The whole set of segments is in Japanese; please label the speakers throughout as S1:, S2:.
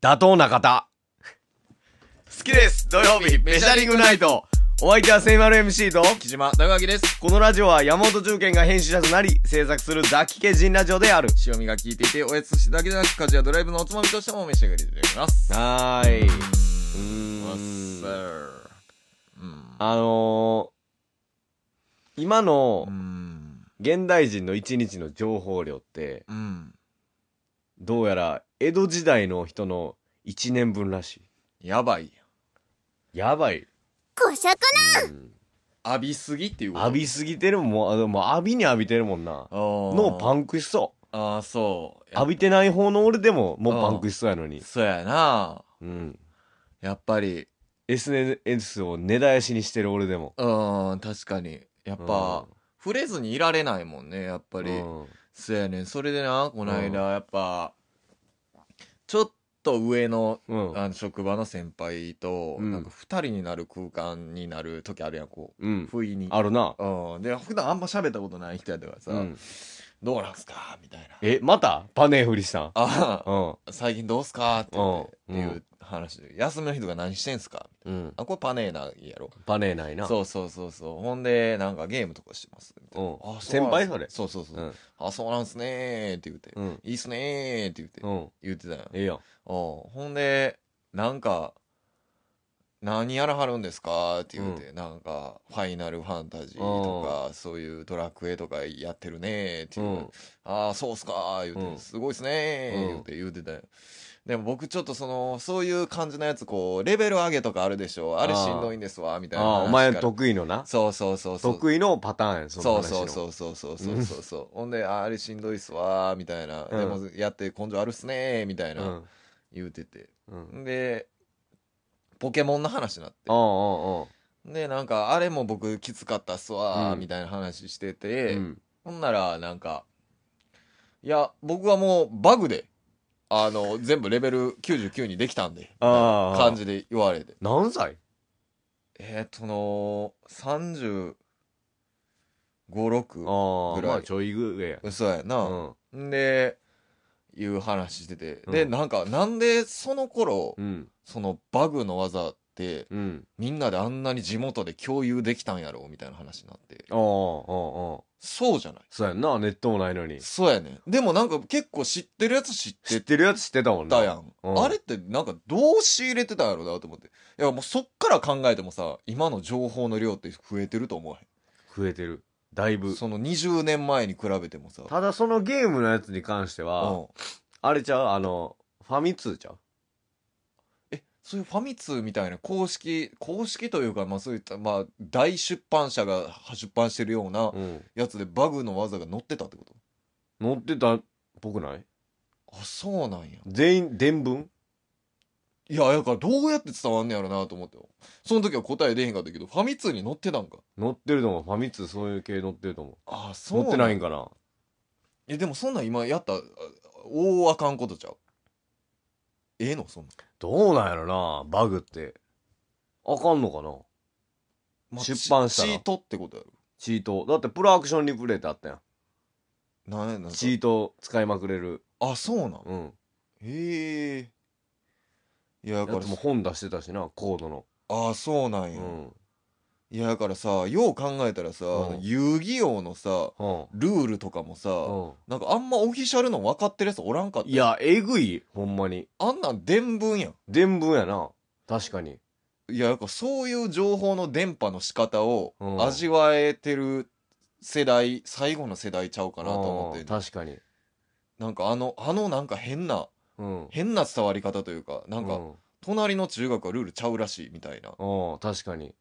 S1: 妥当な方。好きです土曜日、メジャーリングナイトお相手はセイマル MC と、
S2: 木島高明です。
S1: このラジオは山本重建が編集者となり、制作するザキケジンラジオである。
S2: 塩味が効いていて、おやつとしてだけでなく、家事やドライブのおつまみとしてもお召し上がりいただきます。
S1: はーい。う
S2: わっさ
S1: ーん。
S2: ーうん。
S1: あのー、今
S2: う
S1: の
S2: ん。
S1: 現代人の一日の情報量って、
S2: うん。
S1: どうやら江戸時代の人の1年分らし
S2: やばいや
S1: い。やばい。
S3: こしゃく
S1: うん
S2: ん。浴びすぎっていうこと
S1: 浴びすぎてるもんもう、あでも浴びに浴びてるもんな。脳
S2: の
S1: パ
S2: ン。
S1: ンクしそ
S2: ああ、そう。
S1: う。浴
S2: び、
S1: びてない方の俺でも、もうパンクしそうやのに。
S2: そうやな。
S1: うん。
S2: やっぱり、
S1: SNS を根絶やしにしてる俺でも。
S2: うん、確かに。やっぱ、触れずにいられないもんね、やっぱ
S1: うん、
S2: り。
S1: うん
S2: そうやねん。それでな、この間、
S1: う
S2: やっぱ、ちょっと上の
S1: うん。
S2: あの職場の先輩と、
S1: うん
S2: なんか2人になる空間になる時あるやんこ
S1: う。
S2: うん不意に
S1: あるな。
S2: うんで普段あんま喋ったことない人やったからさ、
S1: うん。
S2: どうなんすかみたいな
S1: え、またパネー振りしたん
S2: あ
S1: うん。
S2: 最近どうすかって言って,、
S1: うんうん
S2: いう話で休みの日とか何してんすか
S1: うん。
S2: あこれパネーな家やろ
S1: パネーないな。う。
S2: そうそうそうそうほんでなんかゲームとかしてますみたいな、
S1: うん
S2: あ
S1: 先輩
S2: うなんすそうそうそう、
S1: うん。
S2: あそうなんすねーって言って、
S1: うん。
S2: いいっすねーって言って、
S1: うん。
S2: 言ってたやん
S1: ええやん。
S2: おほんでなんか「何やらはるんですか?」って言うて、なんか「ファイナルファンタジー」とかそういう「ドラクエ」とかやってるねーって
S1: う
S2: 言う、
S1: ん。
S2: ああそうっすか」言うて、
S1: うん
S2: すごいっすね」言うて言うてたよでも僕ちょっとそのそういう感じのやつこうレベル上げとかあるでしょあれしんどいんですわみたい
S1: あ
S2: な
S1: あ、
S2: 話
S1: お前
S2: から
S1: 得意のな。
S2: そうそうそうそう
S1: 得意のパターンやん、そ
S2: そ
S1: の
S2: う
S1: 話
S2: そ
S1: の。
S2: うそうそうそうそううんそうそうほんでああれしんどいっすわーみたい
S1: う
S2: な、
S1: ん
S2: でもやって根性あるっすねーみたいな、
S1: うん。
S2: 言うてて
S1: うん。
S2: で、ポケモンの話になっ
S1: う
S2: て。
S1: んうん
S2: で、なんか、あれも僕きつかったっすわ
S1: う
S2: ー、
S1: ん
S2: みたいな話して
S1: う
S2: て、
S1: ん。
S2: ほんなら、なんか、いや、僕はもうバグで、あ の、全部レベル99にできたんで、みたい
S1: あ
S2: な
S1: ー
S2: 感じで言われて。
S1: 何歳
S2: えー、との、35、6?
S1: ああ、
S2: ぐらい
S1: まあちょい上や。
S2: 嘘や
S1: う
S2: な。
S1: ん。
S2: ん、で、いう話してて。
S1: うん
S2: で、なんか、なんでその頃、
S1: うん。
S2: そのバグの技って、
S1: うん。
S2: みんなであんなに地元で共有できたんやろみたいな話になって
S1: ああ、ああ、ああ。
S2: そうじゃない
S1: そうやんな、ネットもないのに。
S2: そうやねんでもなんか結構知ってるやつ知っ
S1: 知っててるやつ知ってたもんな。
S2: たやん、
S1: うん
S2: あれってなんかどう仕入れてたんやろなと思っていやもうそっから考えてもさ今の情報の量って増えてると思わ
S1: 増えてる。だい
S2: へん
S1: ぶ。
S2: その20年前に比べてもさ
S1: ただそのゲームのやつに関しては、
S2: うん
S1: あれちゃうあの、ファミ通ちゃう
S2: えそういうファミ通みたいな公式公式というかまあそういったまあ大出版社が出版してるような
S1: うん。
S2: やつでバグの技が載ってたってこと
S1: 乗ってたっぽくない
S2: あそうなんや
S1: 全員、伝聞
S2: いや、だからどうやって伝わんねやろなと思って。その時は答え出へんかったけど、ファミ通に載ってたんか。
S1: 乗ってると思う。ファミ通そういう系乗ってると思。
S2: ああ、そうう
S1: 乗ってない
S2: ん
S1: んかな
S2: え、でもそんなん今やったら、あ大あかんことちゃう。ええのそんなん。
S1: どうなんやろな、バグって。あかんのかな出版した
S2: チ
S1: ら
S2: チートってことやろ。
S1: チート。だってプロアクションリプレイってあったやん。
S2: なんやなんか
S1: チート使いまくれる。
S2: あ、そうなん。
S1: うん。
S2: へえ。いや、だ
S1: だ
S2: か
S1: ってもう
S2: ら、
S1: 本出してたしな、コードの。
S2: ああ、そうなん
S1: う
S2: や。
S1: ん。
S2: いや、だからさ、よう考えたらさ、
S1: うん
S2: 遊戯王のさ、
S1: うん。
S2: ルールとかもさ、
S1: うん。
S2: なんかあんまオフィシャルの分かってるやつおらんかった。
S1: い、や、えぐい、ほんまに。
S2: あんなん伝聞やん。
S1: 伝聞やな。確かに。
S2: いや、なんかそういう情報の伝播の仕方を
S1: うん
S2: 味わえてる世代、最後の世代ちゃうかなと思って
S1: うん、確かに。
S2: なんかあの、あのなんか変な、
S1: うん。
S2: 変な伝わり方というか、なん
S1: う
S2: か、隣の中学はルールちゃうらしいみたいな。
S1: ん。うん、確かに。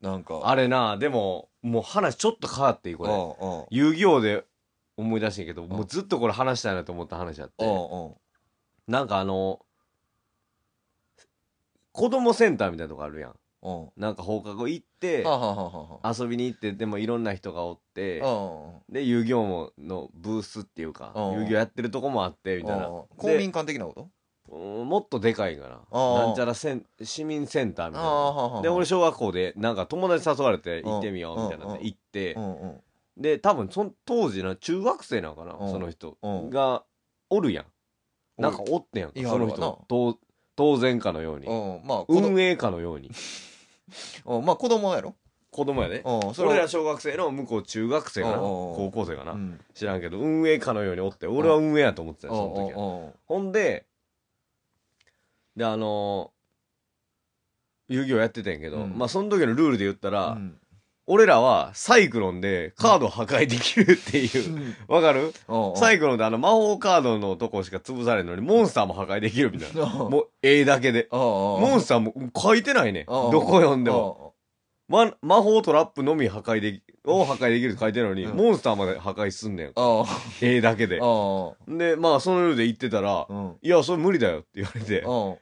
S2: なんか、
S1: あれな、でも、もう話ちょっと変わっていい、こ
S2: うん
S1: れ。
S2: うん
S1: 遊戯王で思い出してんけど、
S2: ん
S1: もうずっとこれ話したいなと思った話あっ
S2: う
S1: て、
S2: んうん
S1: なんかあの、子供センターみたいなとこあるやん。
S2: うんは
S1: なんか放課後行って
S2: あ、はあはあはあ
S1: 遊びに行って、でもいろんな人がおって、
S2: うんうん
S1: で、遊戯王のブースっていうか、
S2: うん
S1: 遊戯王やってるとこもあって、みたいな
S2: うんうん。公
S1: で
S2: 民館的なこと
S1: うんもっとでかいんか
S2: あ
S1: な
S2: あ
S1: なんちゃらせん市民センターみたい
S2: ああはあは
S1: な
S2: あ
S1: で俺小学校でなんか友達誘われて
S2: うん
S1: 行ってみようみたいな
S2: うん
S1: で行って
S2: うんうん
S1: で多分その当時の中学生なのかな
S2: うん
S1: その人
S2: うん
S1: がおるやんなんかおってんやんか
S2: いや
S1: その
S2: あるわ
S1: 人
S2: な
S1: 当当然かのように
S2: うんまあ子供
S1: 運営かのように
S2: うんまあ子供やろ
S1: 子供やで
S2: うんそれは
S1: 俺ら小学生の向こう中学生かな
S2: うんうんうん
S1: 高校生かな、
S2: うん
S1: 知らんけど運営かのようにおって俺は運営やと思ってたよその時は
S2: うん
S1: ほんでであのー遊戯王やってたんやけど、
S2: うん
S1: まあその時のルールで言ったら、
S2: うん
S1: 俺らはサイクロンでカード破壊できるっていうわかる
S2: うん
S1: サイクロンってあの魔法カードのとこしか潰されんのにモンスターも破壊できるみたいなもう絵だけでモン
S2: モ
S1: スターも書いてないね
S2: うん
S1: どこ読ん
S2: ン
S1: でもま、魔法トラップのみ破壊でき、を破壊できるって書いてるのに、
S2: うん
S1: モンスターまで破壊すんねん。
S2: あ
S1: 絵だけで。
S2: あ
S1: で、まあ、そのルールで言ってたら、
S2: うん
S1: いや、それ無理だよって言われて、
S2: う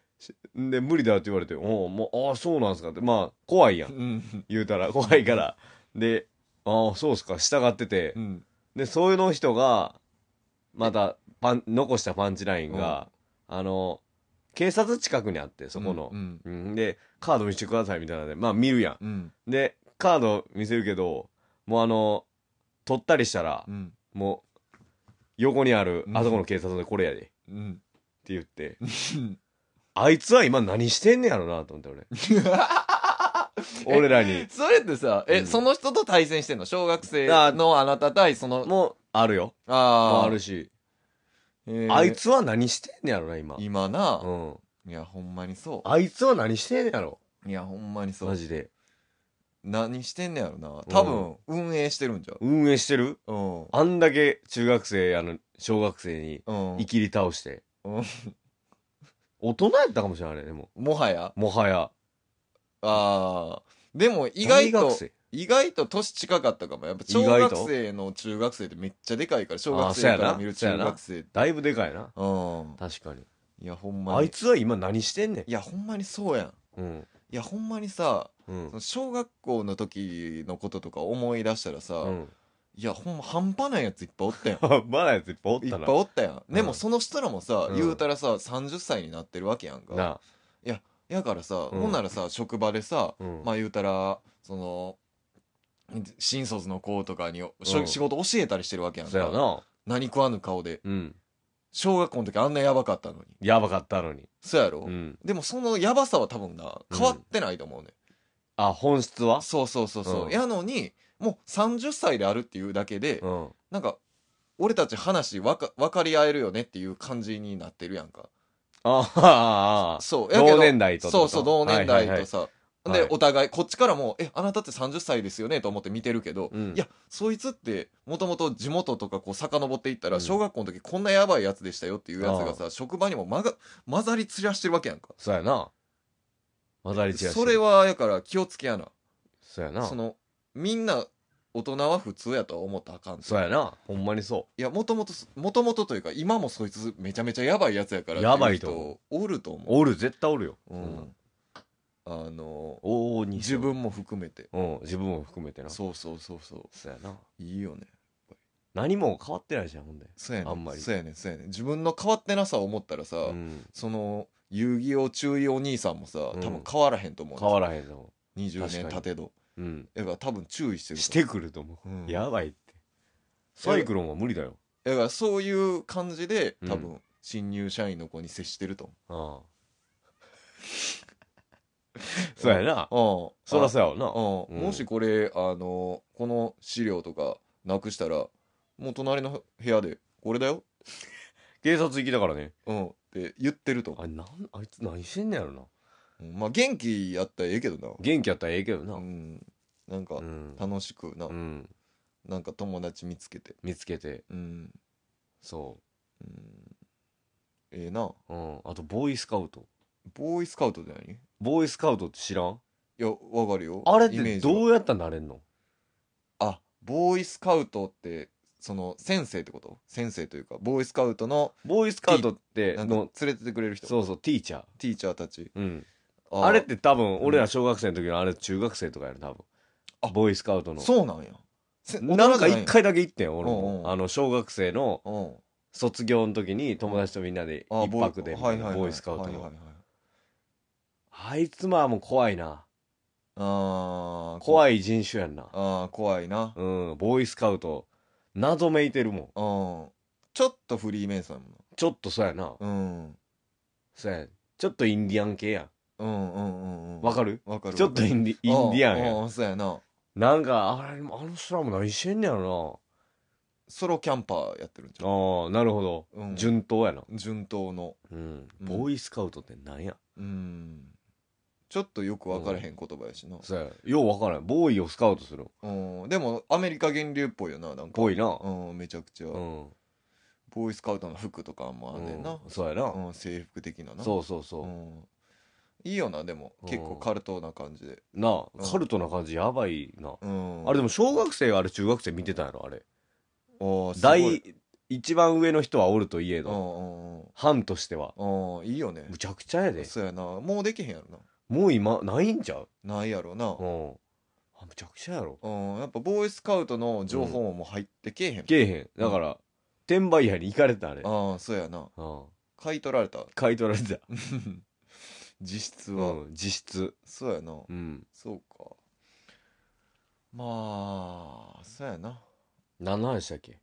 S2: ん
S1: で、無理だよって言われて、おうもう、ああ、そうなんすかって、まあ、怖いや。
S2: うんん
S1: 言うたら、怖いから。で、ああ、そうっすか、従ってて
S2: う。ん
S1: で、そういうの人が、また、パン、残したパンチラインが、あの、警察近くにあって、そこの
S2: う。ん
S1: うんで、カード見してくださいみたいなので、まあ、見るやん。
S2: うん
S1: でカード見せるけどもうあの取ったりしたら、
S2: うん
S1: もう横にある、
S2: うん
S1: あそこの警察でこれやでって
S2: うん
S1: 言って
S2: うん
S1: あいつは今何してんねやろなと思って 俺俺らに
S2: それってさ
S1: う
S2: え
S1: ん
S2: その人と対戦してんの小学生
S1: あ
S2: のあなた対その
S1: もうあるよも
S2: あ
S1: う
S2: ー
S1: あるし、
S2: へー
S1: あいつは何してんねやろな今、
S2: 今な
S1: うん、
S2: いやほんまにそ
S1: あいつは何してんねやろ
S2: ういやほんまにそ
S1: マ
S2: う
S1: ジで
S2: 何してんねやろな多分運営してるんじゃう
S1: 運営してる
S2: うん
S1: あんだけ中学生やの小学生に
S2: うん
S1: いきり倒して、
S2: うん
S1: 大人やったかもしれないねも
S2: もはや
S1: うもはや
S2: ああでも意外
S1: 大
S2: と
S1: 学生
S2: 意外と年近かったかもやっぱ
S1: 意外
S2: 小
S1: と
S2: 学生の中学生ってめっちゃでかいから小学
S1: あーそう
S2: 生
S1: やな
S2: から見る中学生って
S1: だいぶでかいな
S2: うん
S1: 確かに
S2: いやほんまに
S1: あいつは今何してんねん
S2: いやほんまにそうやん
S1: うん
S2: いやほんまにさ
S1: うん
S2: その小学校の時のこととか思い出したらさ、
S1: うん
S2: いやほんま半端ないやついっぱいおったやん
S1: まだやついっぱいおっ
S2: いったぱい
S1: な
S2: おったやん、で
S1: うん
S2: もその人らもさ、
S1: うん
S2: 言うたらさ30歳になってるわけやんか
S1: なあ
S2: やからさ、
S1: うん
S2: ほんならさ職場でさ、
S1: うん
S2: まあ言うたらその新卒の子とかにしょ
S1: うん
S2: 仕事教えたりしてるわけやん
S1: そや
S2: か
S1: な
S2: 何食わぬ顔で
S1: うん
S2: 小学校の時あんなやばかったのに
S1: やばかったのに
S2: そうやろ、
S1: うん
S2: でもそのやばさは多分な変わってないと思うね、
S1: あ本質は
S2: そうそうそうそう、
S1: うん
S2: やのにもう30歳であるっていうだけで、
S1: うん
S2: なんか俺たち話わか分かり合えるよねっていう感じになってるやんか
S1: あああ
S2: そうやけど
S1: 同年代とって
S2: そ
S1: こと
S2: うそう同年代
S1: はいはいは
S2: と
S1: い
S2: さ、
S1: はい
S2: でお互いこっちからも「えあなたって30歳ですよね」と思って見てるけど、
S1: うん
S2: いやそいつってもともと地元とかこう遡っていった
S1: う
S2: ら
S1: ん
S2: 小学校の時こんなやばいやつでしたよっていうやつがさ、職場にもまが混ざり散らしてるわけやんか
S1: そうやな混ざり散らして
S2: それはやから気をつけやな
S1: そうやな
S2: そのみんな大人は普通やとは思ったらあかん
S1: そうやなほんまにそ
S2: いやもともともともとというか今もそいつめちゃめちゃやばいやつやから
S1: やばい
S2: ってう人
S1: と
S2: おると
S1: う
S2: 思う
S1: おる絶対おるよ
S2: う、
S1: そんなん
S2: あの
S1: おおに
S2: 自分も含めて
S1: うん自分も含めてなそ
S2: そうそうそうそう
S1: やな
S2: ういいよね
S1: 何も変わってないじゃんほんで
S2: そうやね
S1: あんまり
S2: そうやねそうやね自分の変わってなさを思ったらさ、
S1: うん
S2: その遊戯王注意お兄さんもさ多
S1: うん
S2: 分変わらへんと思う、
S1: 変わらへんぞ
S2: 20年
S1: 確か
S2: 経
S1: に
S2: てど
S1: うん
S2: だから多分注意してると思う
S1: してくると思う
S2: うん
S1: やばいってサイクロンは無理だよ
S2: だからそういう感じで
S1: うん
S2: 多分新入社員の子に接してると
S1: ああ そうやな
S2: 思う、ああ
S1: そらそうやわな
S2: うん
S1: うん
S2: もしこれあのこの資料とかなくしたらもう隣の部屋で「これだよ」
S1: 警察行きだからね
S2: うん、って言ってると
S1: あなんあいつ何してんねやろな
S2: うんまあ元気やったらええけどな
S1: 元気やったらええけどな
S2: う
S1: うん
S2: なんか
S1: ん、
S2: 楽しくな、
S1: うん、
S2: なんか友達見つけて
S1: 見つけて
S2: うん、
S1: そ
S2: うん、ええな
S1: う、うん、あとボーイスカウト
S2: ボーイスカウトって何い
S1: ボーイスカウトって知らん
S2: やわかるよ
S1: あれっ
S2: イメ
S1: て
S2: ージは
S1: どうやったらなれんの
S2: あボーイスカウトってその先生ってこと先生というかボーイスカウトの
S1: ボーイスカウトって
S2: なんか
S1: の
S2: 連れてってくれる人
S1: そうそうティーチャー
S2: ティーチャーたち
S1: うん、
S2: あー
S1: あれって多分俺ら小学生の時のあれ中学生とかやる多分
S2: あ
S1: ボーイスカウトの
S2: そうなんやせ
S1: なんか
S2: 大人じゃない
S1: 一回だけ行ってん俺
S2: うんう
S1: も
S2: ん
S1: あの小学生の
S2: うん
S1: 卒業の時に友達とみんなで
S2: あ
S1: 一泊でみたいな
S2: はいはいはい
S1: ボーイスカウト
S2: はいはい
S1: の
S2: は
S1: あ
S2: い
S1: いつまあもう怖いな
S2: あーい
S1: 怖い人種やんな
S2: あー怖いな
S1: うんボーイスカウト謎めいてるもん
S2: うんちょっとフリーメイソンやもんな
S1: ちょっとそうやな。
S2: うん
S1: そうやちょっとインディアン系やん。
S2: うんうんうんうん
S1: わかる
S2: わかる
S1: ちょっとインディインディアンや
S2: うん
S1: ん。
S2: うんそうやな
S1: なんか、あれ、あの人らも何してんねやろ
S2: ソロキャンパーやってるんじ
S1: な。
S2: ゃん
S1: ああ、なるほど。
S2: うん
S1: 順当やな。
S2: 順当の
S1: うん。
S2: うん
S1: ボーイスカウトってなんや。
S2: うんちょっとよく分からへん言葉やしな、
S1: そうや。ようわからん。ボーイをスカウトするの。
S2: うん、でもアメリカ源流っぽいよななんか
S1: ぽいな。
S2: うん、めちゃくちゃ、
S1: うん。
S2: ボーイスカウトの服とかもあんねんな、
S1: うんそうやな
S2: う。ん制服的なな
S1: そうそう
S2: う
S1: そ
S2: ん、いいよなでも
S1: うん
S2: 結構カルトな感じで、
S1: う。な
S2: う
S1: あ、
S2: ん
S1: カルトな感じやばいな。
S2: うん、
S1: あれでも小学生あれ中学生見てたんやろあれ。
S2: も
S1: 大、一番上の人はおるといえ
S2: う
S1: ど、
S2: んうんうん
S1: 班としては。
S2: うんいいよね
S1: むちゃくちゃやで。
S2: そうやなもうできへんやろ
S1: もう今、ないんちゃう
S2: なないやろな
S1: う、ん。あ、むちゃくちゃやろ。
S2: うん、やっぱボーイスカウトの情報ももう入ってけえへん、
S1: けえへん。だから、転売屋に行かれたあれ。
S2: ああそうやな
S1: うん。
S2: 買い取られた
S1: 買い取られた。
S2: 実質
S1: う
S2: は、
S1: ん、実質。
S2: そうやな
S1: うん。
S2: そうかまあそうやな
S1: 何の話だっけ